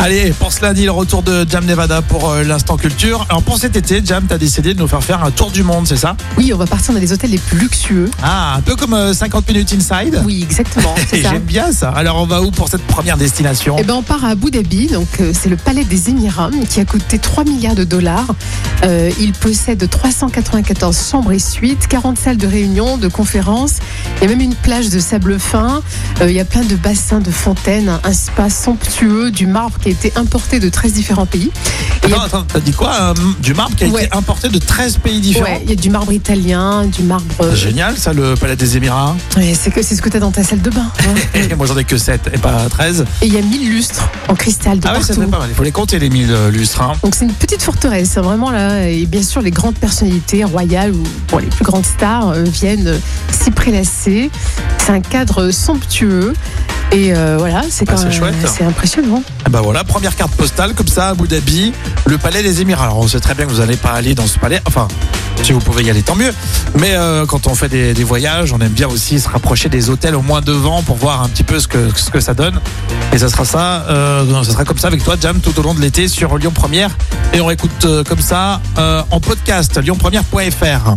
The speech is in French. Allez, pour ce lundi, le retour de Jam Nevada pour euh, l'instant culture. Alors pour cet été, Jam, t'as décidé de nous faire faire un tour du monde, c'est ça Oui, on va partir dans les hôtels les plus luxueux. Ah, un peu comme euh, 50 minutes inside. Oui, exactement. Et C'est ça. Ah. J'aime bien ça. Alors on va où pour cette première destination Eh ben, on part à Abu Dhabi, donc euh, c'est le palais des Émirats qui a coûté 3 milliards de dollars. Euh, il possède 394 chambres et suites, 40 salles de réunion, de conférences. Il y a même une plage de sable fin. Euh, il y a plein de bassins, de fontaines, un spa somptueux, du marbre qui a été importé de 13 différents pays. Et il y a Attends, attends, t'as dit quoi euh, Du marbre qui a Ouais. été importé de 13 pays différents. Ouais, il y a du marbre italien, du marbre. C'est Génial ça, le palais des Émirats. Ouais, c'est que c'est ce que t'as dans ta salle de bain. hein. Et moi j'en ai que 7 et pas 13. Et il y a 1000 lustres en cristal de Ah ouais, ça partout. fait pas mal. Il faut les compter les 1000 euh, lustres. hein. Donc c'est une petite forteresse, hein, vraiment là. Et bien sûr, les grandes personnalités royales ou bon, les plus grandes stars euh, viennent euh, s'y prélasser. C'est un cadre euh, somptueux. Et euh, voilà, c'est Ah, quand c'est même chouette. c'est impressionnant. Ah Bah voilà, première carte postale comme ça, à Abu Dhabi, le palais des Émirats. Alors on sait très bien que vous n'allez pas aller dans ce palais, enfin, si vous pouvez y aller, tant mieux. Mais euh, quand on fait des, des voyages, on aime bien aussi se rapprocher des hôtels au moins devant pour voir un petit peu ce que, ce que ça donne. Et ça sera ça, euh, non, ça sera comme ça avec toi, Jam, tout au long de l'été sur Lyon Première. Et on écoute euh, comme ça euh, en podcast, lyonpremière.fr.